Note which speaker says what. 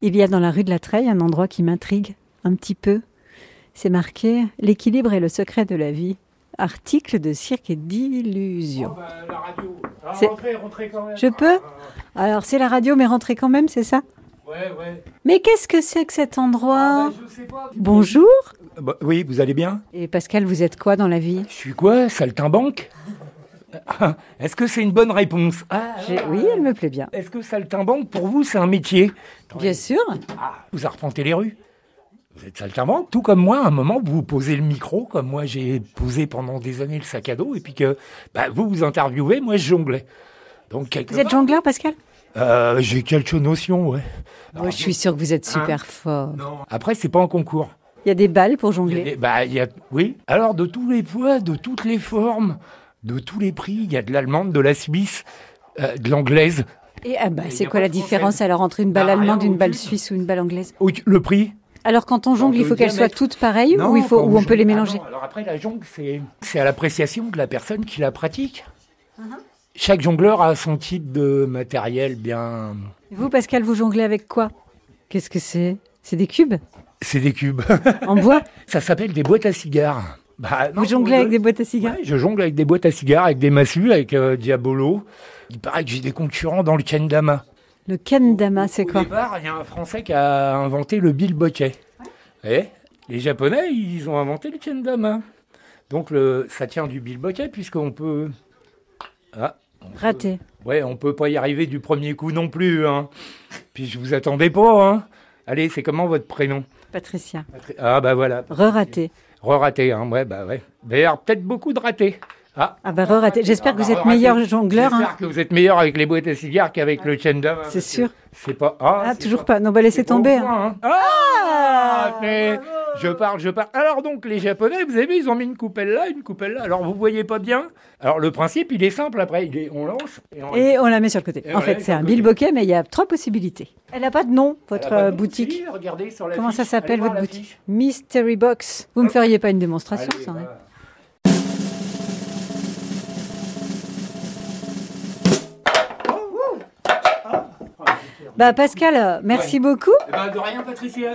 Speaker 1: Il y a dans la rue de la Treille un endroit qui m'intrigue un petit peu. C'est marqué L'équilibre et le secret de la vie. Article de cirque et d'illusion.
Speaker 2: la radio. Ah,
Speaker 1: C'est-
Speaker 2: rentrez, rentrez quand même.
Speaker 1: Je peux Alors c'est la radio mais rentrez quand même, c'est ça
Speaker 2: Ouais, ouais. Ah,
Speaker 1: Mais qu'est-ce que c'est que cet endroit
Speaker 2: bah, je sais pas.
Speaker 1: Bonjour
Speaker 2: Bah, oui, vous allez bien
Speaker 1: Et Pascal, vous êtes quoi dans la vie
Speaker 2: Je suis quoi Saltimbanque Ah, Est-ce que c'est une bonne réponse Ah,
Speaker 1: J'ai-
Speaker 2: alors,
Speaker 1: Oui, elle me plaît bien.
Speaker 2: Est-ce que saltimbanque, pour vous, c'est un métier
Speaker 1: Bien sûr.
Speaker 2: Ah, vous arpentez les rues vous êtes saltimbanque, tout comme moi, à un moment, vous posez le micro, comme moi j'ai posé pendant des années le sac à dos, et puis que bah, vous vous interviewez, moi je jonglais. Donc, quelque
Speaker 1: Vous êtes
Speaker 2: part-
Speaker 1: jongleur, Pascal
Speaker 2: Euh, J'ai quelques notions, ouais.
Speaker 1: Moi, Je suis sûre que vous
Speaker 2: Hein
Speaker 1: êtes super fort.
Speaker 2: Après, c'est pas en concours.
Speaker 1: Il y a des balles pour
Speaker 2: Il y a
Speaker 1: jongler.
Speaker 2: des- bah, il y a- oui. Alors, de tous les poids, de toutes les formes, de tous les prix, il y a de l'allemande, de la suisse, euh, de l'anglaise.
Speaker 1: Et ah bah,
Speaker 2: Il y
Speaker 1: c'est
Speaker 2: a
Speaker 1: quoi
Speaker 2: pas
Speaker 1: la
Speaker 2: de française.
Speaker 1: différence alors entre une balle
Speaker 2: Ah, rien
Speaker 1: allemande, une balle
Speaker 2: aucune.
Speaker 1: suisse ou une balle anglaise
Speaker 2: Ou- Le prix
Speaker 1: Alors quand on jongle, il faut
Speaker 2: le
Speaker 1: qu'elles soient
Speaker 2: diamètre.
Speaker 1: toutes pareilles ou il faut
Speaker 2: quand
Speaker 1: ou
Speaker 2: vous
Speaker 1: on peut les
Speaker 2: jonglez-
Speaker 1: mélanger
Speaker 2: Ah non, alors après, la jongle, c'est c'est à l'appréciation de la personne qui la pratique.
Speaker 1: Uh-huh.
Speaker 2: Chaque jongleur a son type de matériel bien...
Speaker 1: Vous, Pascal, vous jonglez avec quoi Qu'est-ce que c'est C'est des cubes
Speaker 2: C'est des cubes.
Speaker 1: en bois
Speaker 2: Ça s'appelle des boîtes à cigares. Bah, non,
Speaker 1: Vous jonglez avec des boîtes à cigares
Speaker 2: Ouais, je jongle avec des boîtes à cigares, avec des massues, avec euh, Diabolo. Il paraît que j'ai des concurrents dans le kendama.
Speaker 1: Le kendama, c'est
Speaker 2: Au
Speaker 1: quoi
Speaker 2: départ, il y a un Français qui a inventé le bilboquet. Et les Japonais, ils ont inventé le kendama. Donc le, ça tient du bilboquet puisqu'on peut... Ah,
Speaker 1: Raté.
Speaker 2: ouais, on peut pas y arriver du premier coup non plus. Hein. Puis je vous attendais pas. Hein. Allez, c'est comment votre prénom
Speaker 1: Patricia.
Speaker 2: Ah bah voilà,
Speaker 1: Re-raté.
Speaker 2: re-raté. Hein. Ouais, bah ouais. D'ailleurs, peut-être beaucoup de ratés. Ah,
Speaker 1: Ah bah re-raté. J'espère que vous êtes meilleur jongleur. hein.
Speaker 2: J'espère que vous êtes meilleur avec les boîtes à cigares qu'avec le chendama.
Speaker 1: C'est sûr.
Speaker 2: C'est pas. Ah,
Speaker 1: Ah,
Speaker 2: c'est
Speaker 1: toujours pas. Non, bah laissez
Speaker 2: c'est pas au
Speaker 1: tomber. hein.
Speaker 2: point, hein. Ah, mais Je parle, je parle. Alors donc, les Japonais, vous avez vu, ils ont mis une coupelle là, une coupelle là. Alors, vous voyez pas bien Alors, le principe, il est simple après. Il est, on lance et on.
Speaker 1: Et on la met sur le côté.
Speaker 2: Et
Speaker 1: en
Speaker 2: on la
Speaker 1: fait,
Speaker 2: met
Speaker 1: c'est
Speaker 2: sur
Speaker 1: un
Speaker 2: le côté.
Speaker 1: bilboquet, mais il y a trois possibilités. Elle n'a pas de nom,
Speaker 2: Elle a
Speaker 1: votre
Speaker 2: pas
Speaker 1: euh,
Speaker 2: de nom,
Speaker 1: boutique.
Speaker 2: si, regardez sur la
Speaker 1: Comment ça
Speaker 2: fiche.
Speaker 1: s'appelle
Speaker 2: Allez voir
Speaker 1: votre
Speaker 2: la
Speaker 1: boutique
Speaker 2: fiche.
Speaker 1: Mystery Box. Vous me feriez pas une démonstration,
Speaker 2: Allez,
Speaker 1: ça hein
Speaker 2: voilà.
Speaker 1: Bah Pascal, euh, merci beaucoup. Bah,
Speaker 2: Eh ben, de rien, Patricia.